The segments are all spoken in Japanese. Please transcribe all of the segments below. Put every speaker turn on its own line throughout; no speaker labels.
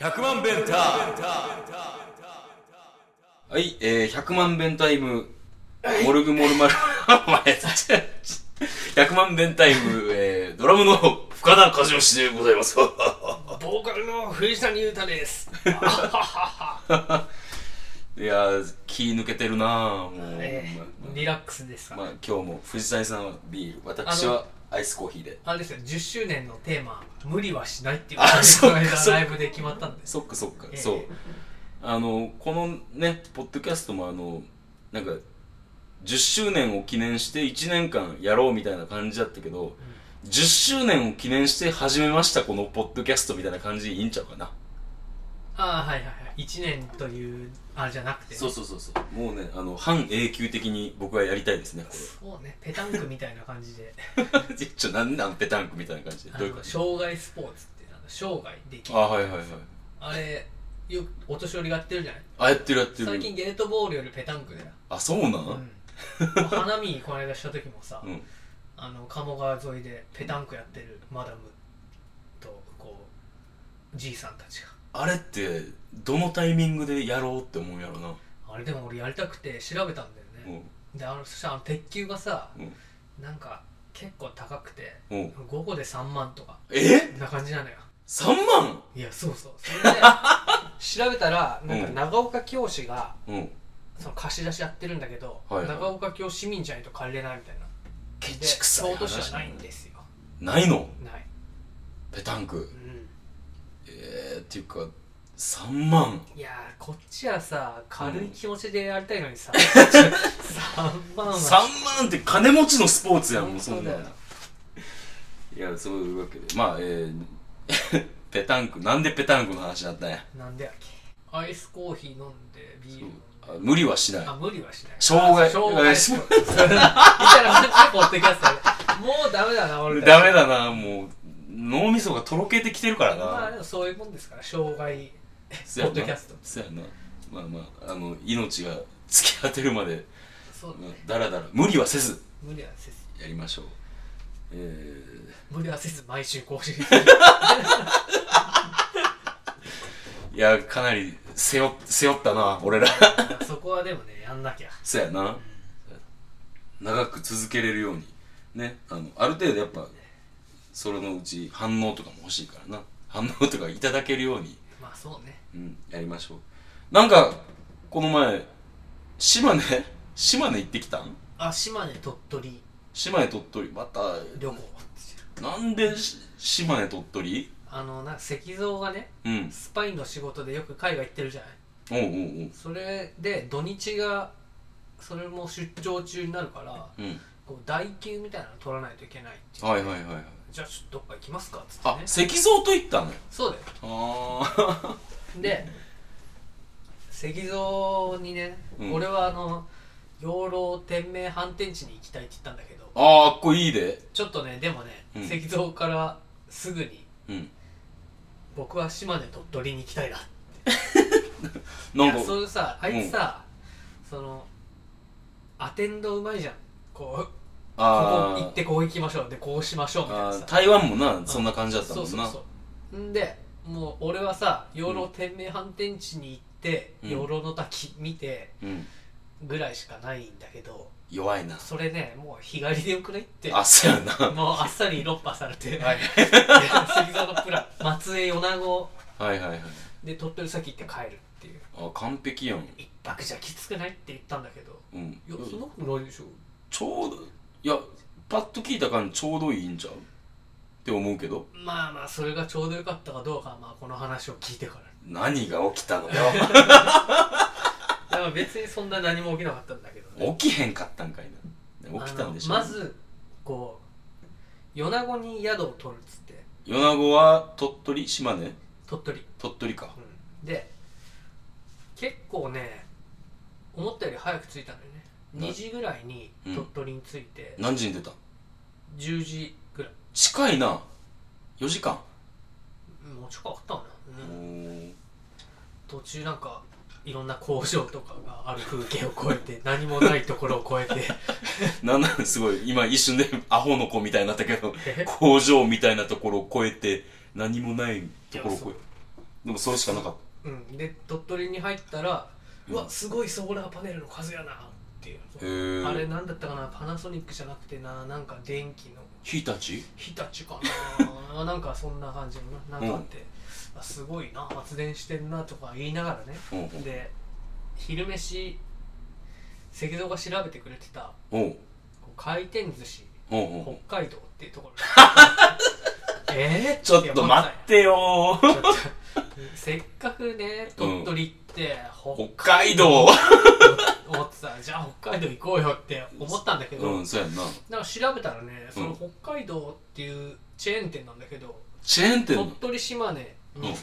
100万弁タはい、えー、100万弁タイム、モルグモル マル、お前、100万弁タイム、えー、ドラムの深田和義でござい ます。
ボーカルの藤谷裕太 です。
いやー、気抜けてるなぁ、もう。
ええリラックスですか、
まあ、今日も藤谷さんはビール、私はアイスコーヒーで。
あれですよ、10周年のテーマ、無理はしないっていう
あそう
この
か
間
そうか
ライブで決まったんです。
そっかそっか、
ええ
そう。あの、このね、ポッドキャストもあの、なんか、10周年を記念して1年間やろうみたいな感じだったけど、10周年を記念して始めました、このポッドキャストみたいな感じでいいんちゃうかな。
ああ、はいはいはい。1年という、あれじゃなくて。
うそうそうそう。もうね、あの、半永久的に僕はやりたいですね、こ
そうね、ペタンクみたいな感じで、
れ。ちょ、なんなんペタンクみたいな感じで。
あ
どういう
の
感じ
障害スポーツって、あの生涯でき
あ、
る。
はいはいはい。
あれ、よくお年寄りがやってるじゃない
あ、やってるやってる。
最近ゲートボールよりペタンクだよ。
あ、そうなん、
うん、花見にこの間した時もさ、
うん
あの鴨川沿いでペタンクやってるマダムとこうじいさんたちが
あれって、どのタイミングでやろうって思うんやろな。
あれでも俺やりたくて調べたんだよ
う
ね、
ん。
であのそしたらあの鉄球がさ
うん。
なんか結構高くて
うん。
5個で3万とか
え
な感じなのよ
?3 万
いやそうそうそれで調べたらなんか
うん
長岡京市が
うん。
その貸し出しやってるんだけど、
はいはい
長岡京市民じゃないと借りれないみたいな
ケ
で
チくさい
京都市
話
はないんですよ
ないの
ない
ペタンク
う。ん
えー、っていうか、3万。
いやーこっちはさ軽い気持ちでやりたいのにさ、3万は
3万って金持ちのスポーツやんもうそんな
本当だよ
いやそういうわけでまあえー、 ペタンクなんでペタンクの話だったんや
なんでやっけアイスコーヒー飲んでビール飲んで
あ無理はしない
あ無理はしない
障害
あ障害
障害
みたいな感じでポッドキャストやるもうダメだな俺たち
ダメだなもう脳みそがとろけてきてるからな、
まあでもそういうもんですから障害
そやな
ポッドキャスト
そやなまあまああの命が突き当てるまで
そうだね
だらだら無理はせず
無理はせず
やりましょうえ
無理はせず毎週更新
ー、いやかなり背負背負ったな俺ら
そこはでもねやんなきゃ
そやな長く続けれるようにねあのある程度やっぱそれのうち反応とかも欲しいからな反応とかいただけるように、
まあそうね
うん、やりましょうなんかこの前島根 島根行ってきたん
あ島根鳥取
島根鳥取また
旅行
なんでし島根鳥取
あのなんか石像がね
うん
スパイの仕事でよく海外行ってるじゃない
おうおうおう
それで土日がそれも出張中になるから
うん
こう代休みたいなの取らないといけないっていう
はいはいはいはい
じゃあちょっとどっか行きますかっつって
あ
ね
石像と行ったの
そうだよ
あ
で石像にね、
うん
俺はあの養老天明反転地に行きたいって言ったんだけど
ああーかっこいいで
ちょっとねでもね、
うん
石像からすぐに
うん
僕は島根鳥取に行きたいなって
なん
いや
か
そういうさあいつさ、そのアテンドうまいじゃんこうこ
あ
こ
ー
行ってこう行きましょうでこうしましょうみたい
あ
な
ー
さ
台湾もなそんな感じだった
そ
も
うんそう
な
そうんでもう俺はさ養老天明反転地に行って、
うん
養老の滝見て
うん
ぐらいしかないんだけど
弱いな
それねもう日帰りでよくないって
あそうやなは
もうあっさり論破されて、
はい
関沢のプラン松江米子
いはいはい
で鳥取先行って帰るっていう
あ完璧やん
一泊じゃきつくないって言ったんだけど
うん
いやそんなことないでしょ
ちょうどいやパッと聞いた感じちょうどいいんちゃうって思うけど
まあまあそれがちょうどよかったかどうかはまあこの話を聞いてから
何が起きたのよ
だから別にそんな何も起きなかったんだけどね
起きへんかったんかいな起きたんでしょ
あのまずこう米子に宿を取るっつって
米子は鳥取島根
鳥取、
鳥取か
うんで結構ね思ったより早く着いたんだよ
な
ね2時ぐらいに
うん
鳥取に着いて、
何時に出た
10時ぐらい
近いな4時間
もう近かったもんな、うん
おー
途中なんかいろんな工場とかがある風景を越 えて何もないところを越えて
なんなんすごい、今一瞬でアホの子みたいになったけど
え、
工場みたいなところを越えて、何もないところを越
いやそう
えでもそれしかなかっ
うん、で鳥取に入ったら、
う
うんわすごいソーラーパネルの数やなっていう、
た。へえ
あれなんだったかなパナソニックじゃなくてななんか電気の
日立
日立かな なんかそんな感じのななんかあって、あすごいな発電してんなとか言いながらね
うんうん。
で昼飯石像が調べてくれてた
おう
こう回転寿司
おうおう
北海道っていうところ えー、
ちょっと待
て
ってよー。
ちょっとせっかくね鳥取って、
北海道
思ってたじゃあ北海道行こうよって思ったんだけど、
うん、そうやんな。
なんか調べたらねそ
うん
の北海道っていうチェーン店なんだけど、
チェーン店な
鳥
の
取島根
う
に
ん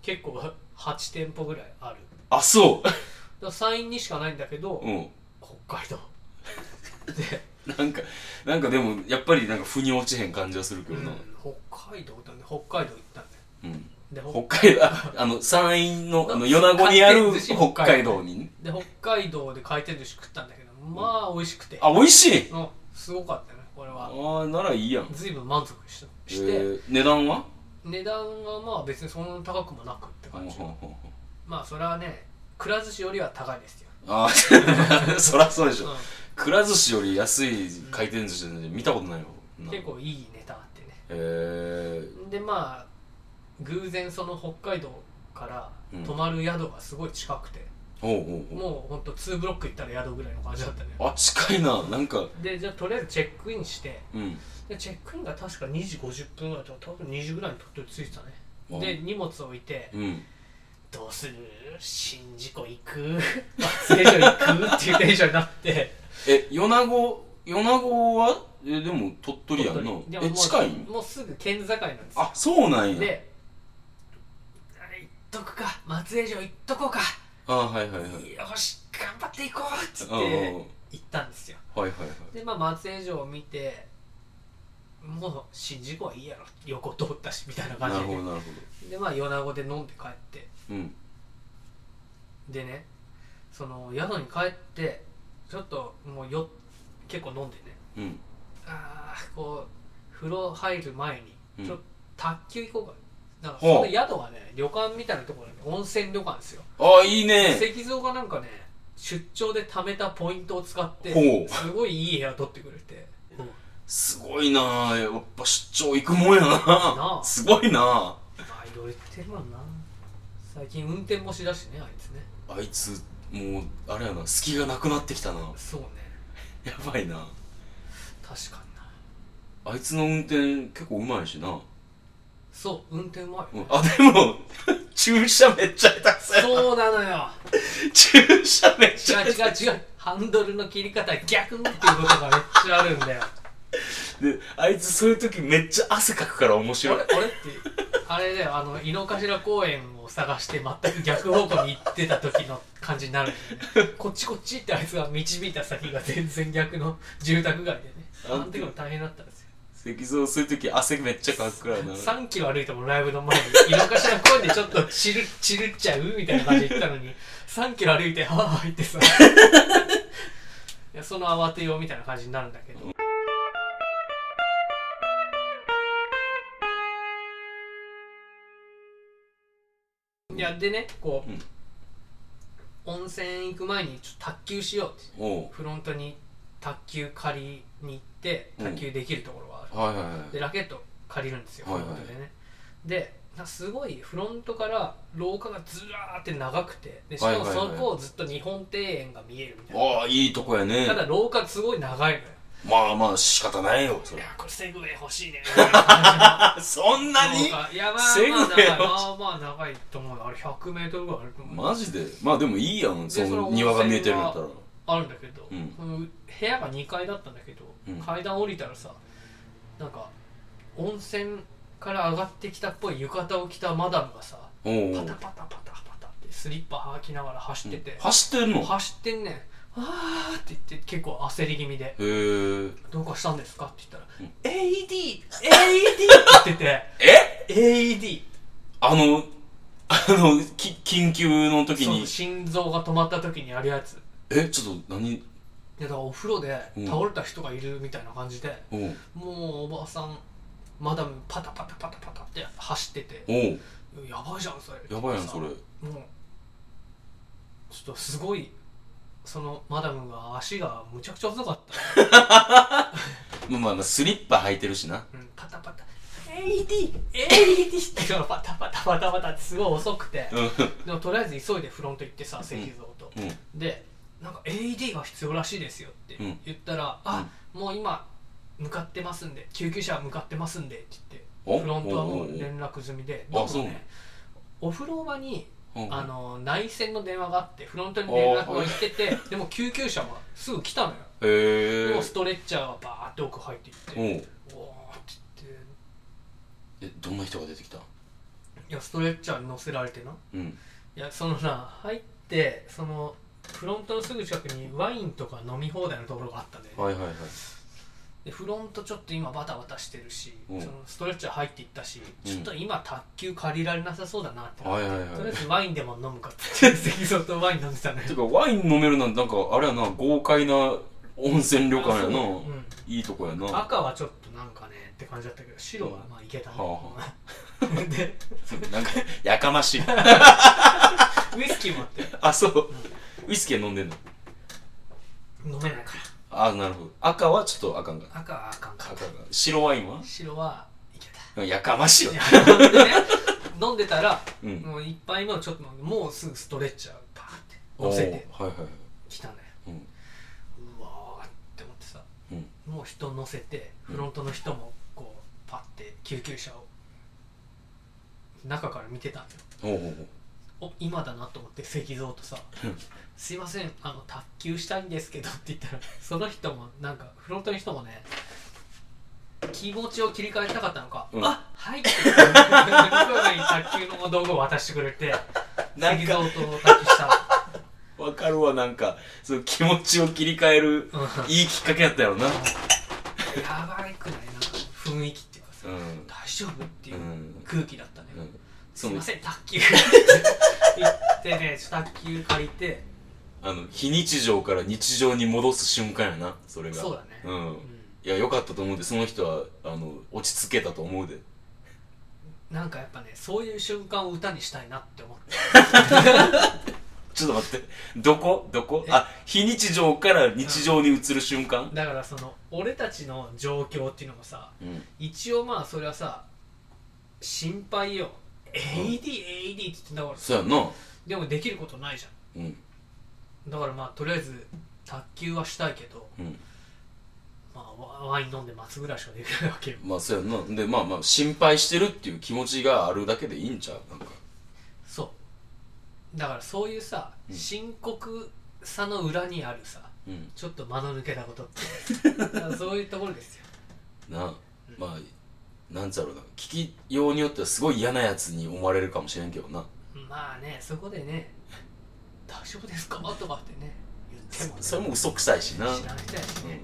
結構8店舗ぐらいある
あ、そ
だから山陰にしかないんだけど、
う。うん。
北海道で、
なんか、なんかでも、やっぱりなんか腑に落ちへん感じはするけ
う
どな。
ん北海道だね北海道行ったんだよ
うん。
でほ
北海道、ああの、山陰の、あの、米子にある
回転寿司
北海道にね。
で北海道で回転寿司食ったんだけどまあ美味しくて、
あ、美味しい
うん、すごかったねこれ
あ
は
ー、ならいいやん。
ずいぶん満足したして、
えー値段は
値段がまあ別にそんな高くもなくって感じ、まあそれはねくら寿司よりは高いですよ、
ああ そらそうでし
う
ょ、
ん
くら寿司より安い回転寿司なんて見たことないよ
結構いいネタあってね
へえ
でまあ偶然その北海道から
うん
泊まる宿がすごい近くて、
ー、おうおう
もうほんと2ブロック行ったら宿ぐらいの感じだったね
おうあ近いななんか
でじゃあとりあえずチェックインして
うん
でチェックインが確か2時50分ぐらいと多分2時ぐらいに鳥取着いてたね
あ
で荷物置いて
うん
どうする宍道湖行く 松江城行くっていうテンションになって
え米子米子はえでも鳥取やんな
鳥取でも
え
もう
近い
もうすぐ県境なんですよ
あそうなんや
であ行っとくか松江城行っとこうか
あはいはいはい
よし頑張っていこうっつっ
うんうんう
て
ん
行ったんですよ
はいはいはい
でまあ松江城を見てもう宍道湖はいいやろ横通ったしみたいな
な
感
る
じ
ほ
で
どなるほ
でまあ米子で飲んで帰って
どうん
でねその宿に帰ってちょっともうよ結構飲んでね
うん
ああこう風呂入る前
うん
にちょっと卓球行こうかなんかそ
ほ
の
う
宿がね旅館みたいなところで、温泉旅館ですよ
あいいね
石像がなんかね出張で貯めたポイントを使って
ほう
すごいいい部屋取ってくれて
すごいなやっぱ出張行くもんやな
なあ
すごいな
まあいろいろ言ってるもんな最近運転もしだしねあいつね
あいつもうあれやな隙がなくなってきたな
そうね
やばいな
確かにな
あいつの運転結構うまいしな、
そう運転うま
う
いよね
ん、あでも 駐車めっちゃ下手くそや
そうな のよ
駐車めっちゃ
違う違う違うハンドルの切り方逆っていうことがめっちゃあるんだよ
であいつそういう時めっちゃ汗かくから面
あれ
白い
あれってあれだよあの井の頭公園を探して全く逆方向に行ってた時の感じになるんだよねこっちこっちってあいつが導いた先が全然逆の住宅街でね
あ
あの時も大変だったんですよ
石像そういう時汗めっちゃかくからな
3キロ歩いてもライブの前に井の頭公園でちょっとチル チルっちゃうみたいな感じで行ったのに3キロ歩いて「はあ」ってさいやその慌てようみたいな感じになるんだけどいやでねこう、
うん
温泉行く前にちょっと卓球しようって
おう
フロントに卓球借りに行って卓球できるところがある
はいはいはい
でラケット借りるんですよ、
はいはい
フロントでねでなすごいフロントから廊下がずらーって長くてでしかも
はいはい
そ
はい
こをずっと日本庭園が見えるみたいな、
ああいいとこやね
ただ廊下すごい長いのよ
まあまあ仕方ないよそ
い
れ
やこれセグウェイ欲しいね
あ そんなに
廊下いやまあ
セグウェイ
ま
欲しい
あ長いまあまあ長いと思うよあれ 100m ぐらいあると思う、
マジでまあでもいいやんそ
でその
の
温泉
庭
は
が見えてるんやったら
あるんだけど、
うん
この部屋が2階だったんだけど、
うん
階段降りたらさなんか温泉から上がってきたっぽい浴衣を着たマダムがさ、
おうお
パ
う
タパタパタパタってスリッパ履きながら走ってて、
走ってんのへ
走ってんねんあーって言って結構焦り気味で
え
「どうかしたんですか?」って
う
言
ん
ったら「AED!AED!」って言ってて
え
「AED!
あの、あの、き緊急の時
そ
に
う、心臓が止まった時にやるやつい
え、ちょっと何、
やだからお風呂で
うん
倒れた人がいるみたいな感じで、
おう、
もうおばあさんマダムパタパタパタパタって走ってて
おう、
やばいじゃんそれ
やばいやん、それ。
もうちょっとすごいそのマダムが足がむちゃくちゃ遅かった、
まあまあまあ、スリッパ履いてるしな。
うん、パタパタ「AED!AED!」って 言うのパタパタパタパタってすごい遅くて
うん。
でもとりあえず急いでフロント行ってさ石像と、
うん。
でなんか AED が必要らしいですよって
うん
言ったら「あもう今向かってますんで救急車向かってますんで」って言
お
ってフロントはも
おうおうお
う
う
連絡済みで
あ
どう
そ
も
う
ねお風呂場に
うん
あの内線の電話があってフロントに連絡が行っててでも救急車はすぐ来たのよ
へえ
でもストレッチャーがバーって奥入っていって
おう
「おお」って言って
え、どんな人が出てきた
いやストレッチャーに乗せられてな
うん。
いやそのな入ってそのフロントのすぐ近くにワインとか飲み放題のところがあったんだよね
はいはいはい。
でフロントちょっと今バタバタしてるし、
うん
そのストレッチャー入っていったし、
うん
ちょっと今卓球借りられなさそうだなってなっ
はい
て、
はい
とり
は
あえ
い。
ずワインでも飲むかって 言って石像とワイン飲んでたね
てか、ワイン飲めるなんて、なんか、あれやな、豪快な温泉旅館やな。
うん
いいとこやな。
赤はちょっとなんかねって感じだったけど白はまあいけたね、
はあは
で
なんか、やかましい。
ウイスキーもあって
あ、そう。ウイスキー飲んでんの
飲めないか
あ、なるほど。赤はちょっとあかんが。
ら赤はあかんか
赤
っ
が。白ワインは
た白はいけた
やかましいわ
い。やでね飲んでたら、
うん
もう一杯目をちょっと飲んでもうすぐストレッチャーパーって乗せて
おーはいはいはい。
きたね
うん。
うわーって思ってさ
うん。
もう人乗せてフロントの人もこうパッて救急車を中から見てたんだよ
ほうほうほう。
お今だなと思って石像とさ
うん
「すいませんあの卓球したいんですけど」って言ったらその人もなんかフロントの人もね気持ちを切り替えたかったのか「
うん
あはい」って言って向こう側に卓球の道具を渡してくれて
なん
石
か
像と卓球した
わかるわ、なんか、その気持ちを切り替える
うん、
いいきっかけやったよな。
やばいくらいなんか雰囲気っていうかさ、
うん。
大丈夫っていううん空気だったね、
うん。
す
そ
い
の
ま、せん卓球行ってね卓球借りて
あの、非日常から日常に戻す瞬間やな、それが。
そうだね
う
うん
ん。いや、良かったと思うで、その人は、あの、落ち着けたと思うで。
なんかやっぱねそういう瞬間を歌にしたいなって思って
ちょっと待って。どこどこあ、非日常から日常に移る瞬間
だからその俺たちの状況っていうのもさ
うん。
一応まあそれはさ心配よ ADAD って言ってんだから
そうやんな。
でもできることないじゃ
うん。
んだからまあとりあえず卓球はしたいけど、
うん。
まあ、ワワイン飲んで待つぐらいしかできないわけよ
まあ、そうやんな。で、まあまあ、心配してるっていう気持ちがあるだけでいいんちゃうなんか。
そうだからそういうさ、
うん
深刻さの裏にあるさ
うん。
ちょっと間の抜けたことってだからそういうところで すよ
なあまあなんつうやろうな聞きようによってはすごい嫌なやつに思われるかもしれんけどな
まあねそこでね「大丈夫ですか?」とかってね言っても、ね、
それも嘘くさいしな
知らない人やしね、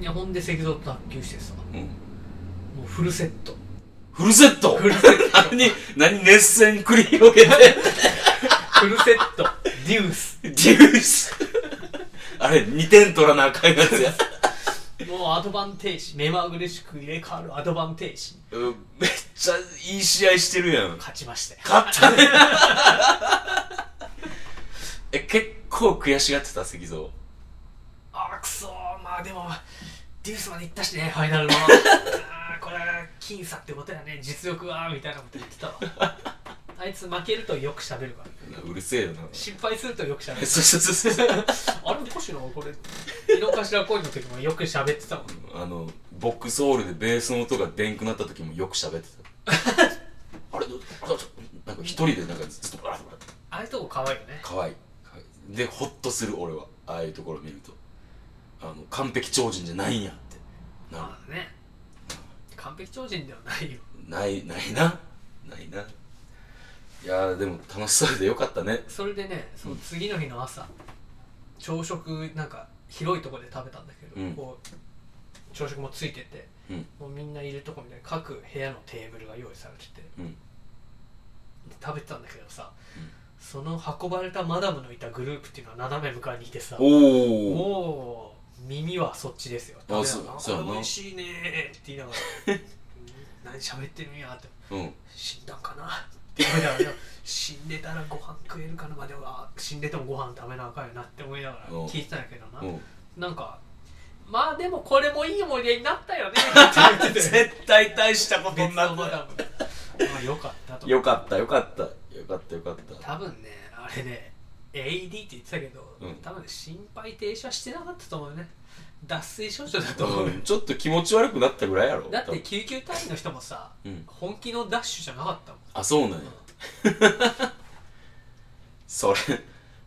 いやほんで赤道と卓球してさ
うん、うん
もうフルセット
フルセット
フルセッ ト
何何熱戦繰り広 げて
フルセット デュース
ジュースあれ2点取らなあかんやつや
もうアドバンテージ目まぐるしく入れ替わるアドバンテージ
うんめっちゃいい試合してるやん
勝ちましたよ
勝ったねえ結構悔しがってた石像
あーくそーまあでもデュースまで行ったしねファイ ナルもあーこれは僅差ってことやね実力はみたいなこと言ってた わあいつ負けるとよく喋るから
うるせえよな
失敗するとよく喋 る
そうそうそうそう
あれおかしいなこれ井の頭恋の時もよく喋ってたもん
あのボックスホールでベースの音がでんくなった時もよく喋ってた あれどうあれどうなんか一人でなんかずっとバラバラって
ああいうとこ可愛いよね
かわいい可愛いでホッとする俺はああいうところ見るとあの完璧超人じゃないんやってな
まあね完璧超人ではないよ
ないないなないないやーでも楽しそうでよかったね
それでねその次の日の朝朝食なんか広いとこで食べたんだけど、
うん
こう朝食もついてて、
うん
もうみんないるとこみたいな各部屋のテーブルが用意されてて
うん
で食べてたんだけどさ、
うん
その運ばれたマダムのいたグループっていうのは斜め向かいにいてさ
おお
もう耳はそっちですよ
あ
食
そ
べ
う
ながら
そうやな
あ美味しいねーって言いながら うん何喋ってるんやって
うん
死んだんかなって思いながらでも死んでたらご飯食えるかなまあでもあ死んでてもご飯食べなあかんよなって思いながら
うん
聞いてたんやけどな、
うん
なんかまあでもこれもいい思い出になったよねって 言ってて
絶対大したこと
別
にな
の
っ
マ
た
ダムまあよかったと
よかったよかったよかったよかった
多分ねあれね AED って言ってたけど、
うん
多分ね心肺停止はしてなかったと思うよね脱水症状だと思う、
うんちょっと気持ち悪くなったぐらいやろ
だって救急隊員の人もさ
うん
本気のダッシュじゃなかったもん
あそうなんや それ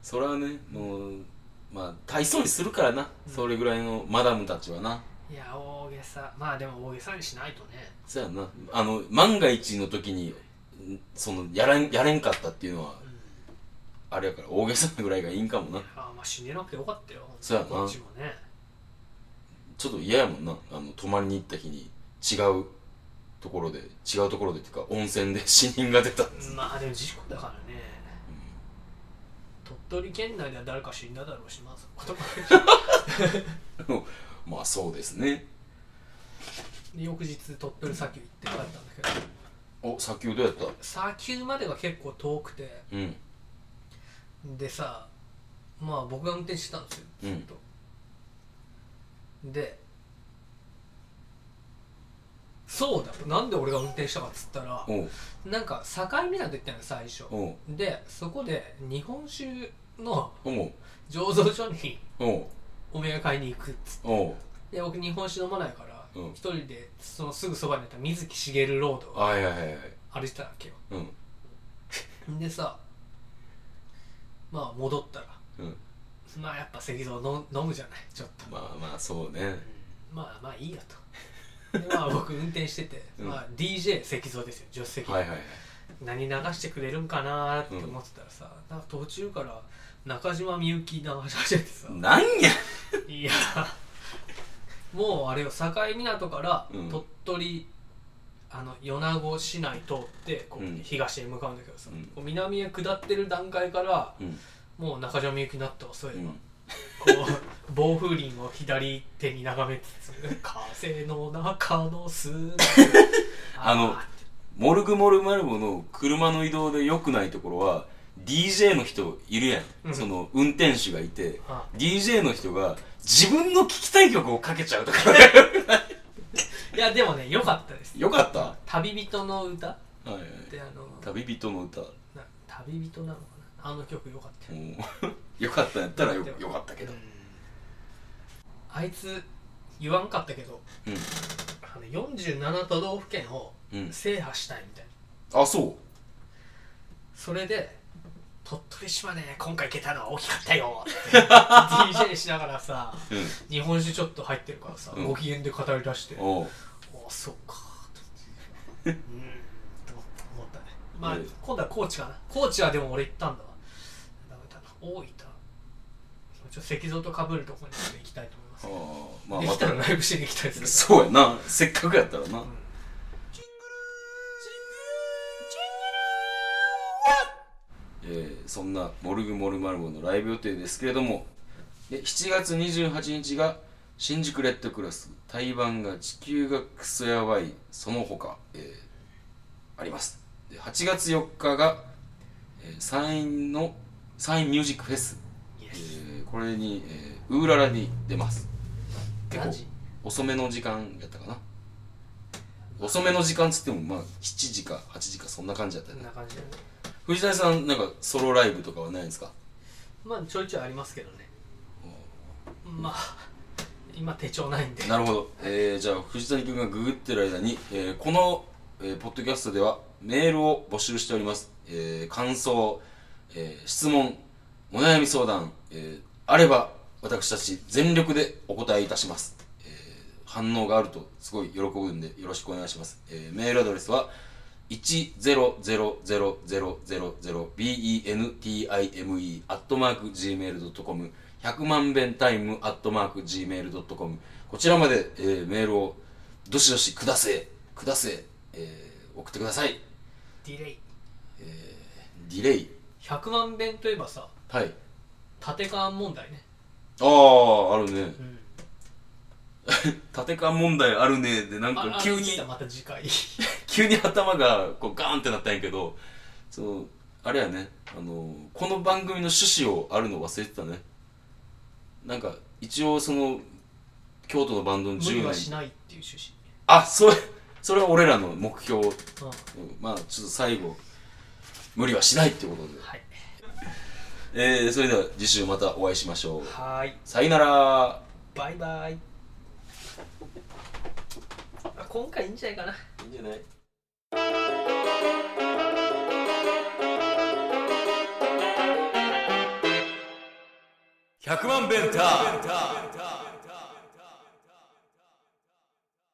それはねもうまあ大層にするからなそれぐらいのマダムたちはない
や大げさまあでも大げさにしないとね
そうやなあの万が一の時にんそのやれんやれんかったっていうのは
うん
あれやから大げさなぐらいがいいんかもな
ああまあ死んでなくてよかったよ
そうやな
こっちもね
ちょっと嫌やもんなあの泊まりに行った日に違うところで違うところでっていうか温泉で 死人が出た
まあでも事故だからね、鳥取県内では誰か死んだだろうしまず 言葉
まあそうですね
で翌日鳥取砂丘行って帰ったんだけど
お砂丘どうやった
砂丘までが結構遠くて
うん
でさまあ僕が運転してたんですよずっと、でそうだなんで俺が運転したかっつったら
おう
なんか境目なんて言ったのよ最初
おう
でそこで日本酒の
おう
醸造所に
おう
お土産買いに行くっつって
おう
で僕日本酒飲まないから
うん
一人でそのすぐそばにあった水木しげるロードを
はいはいはいはい
歩いてたわけよ
うん
でさまあ戻ったら
うん
まあやっぱ石像の飲むじゃないちょっと
まあまあそうね
まあまあいいやとで まあ僕運転してて、
うん
まあ、DJ 石像ですよ助手席、
はいはいはい
何流してくれるんかなーって思ってたらさ、なんか途中から中島みゆき流し始めてさ
なんや
いやもうあれよ境港から
うん
鳥取、あの米子市内通ってこ
うん
う東へ向かうんだけどさ、
うん
こう南へ下ってる段階から
うん
もう中島みゆきになったわそういえば、
うん
こう暴風林を左手に眺めつつ 「風の中の砂」
あの
ーって
モルグモルマルボの車の移動で良くないところは DJ の人いるやん、
うん
その運転手がいて
あ
DJ の人が自分の聴きたい曲をかけちゃうとか
いやでもね良かったで す
よかったは
旅人の歌っ
いはい
てあの
旅人の歌
な旅人なのかなあの曲良かったよ
もうよかったんやったらよよかったけど
うんあいつ言わんかったけど
うん
あの47都道府県を
うん
制覇したいみたいな
あそ
それで鳥取島ね今回行けたのは大きかった よって DJ しながらさ
ううん
日本酒ちょっと入ってるからさ、
うん
ご機嫌で語り出してあ
おう
そうか と思ってうーんと思ったねまあ、
うん
今度は高知かな高知はでも俺行ったんだわダメだな大分ちょっと石像とかぶるとこに行きたいと思います
あーまあ
で
ま
き
た
たらライブしに行きたいです
そうやなせっかくやったらな、
ね、うん
えーそんな「モルグモルマルモ」のライブ予定ですけれどもで7月28日が新宿レッドクロス台湾が地球がクソやばいその他、えーありますで8月4日が、えー山陰の山陰ミュージックフェス、
イエ
え
ス
ーこれに、えーウーララに出ます結
何
構
時
遅めの時間やったかな遅めの時間っつってもまあ7時か8時かそんな感じやった
こ
よ
ん
ね
な感じだね
藤谷さんなんかソロライブとかはないんですか
まあちょいちょいありますけどねまあ今手帳ないんで
なるほど、えーじゃあ藤谷君がググってる間に、えーこの、えーポッドキャストではメールを募集しております、えー感想、えー質問お悩み相談、えーあれば私たち全力でお答えいたします、えー反応があるとすごい喜ぶんでよろしくお願いします、えーメールアドレスは 100000bentime.gmail.com 100万遍タイム .gmail.com こちらまで、えーメールをどしどしくだせくだせ、えー送ってください
ディレイ
ディレイ
100万遍といえばさ
はい
縦缶問題ね
ああある ね
うん
縦缶問題あるねでなん
あ
か
あ
急に
来たまた 次回
急に頭がこうガーンってなったんやけどそのあれやねあのこの番組の趣旨をあるの忘れてたねなんか一応その京都のバンドの
無理
10
はし
年
ないっていう趣旨
あそれそれは俺らの目標うん
うん
まあちょっと最後無理はしないってことで、
はい
えー、それでは次週またお会いしましょう
はーい
さよなら
バイバイあ今回いいんじゃないかない
いんじゃない100万ベンター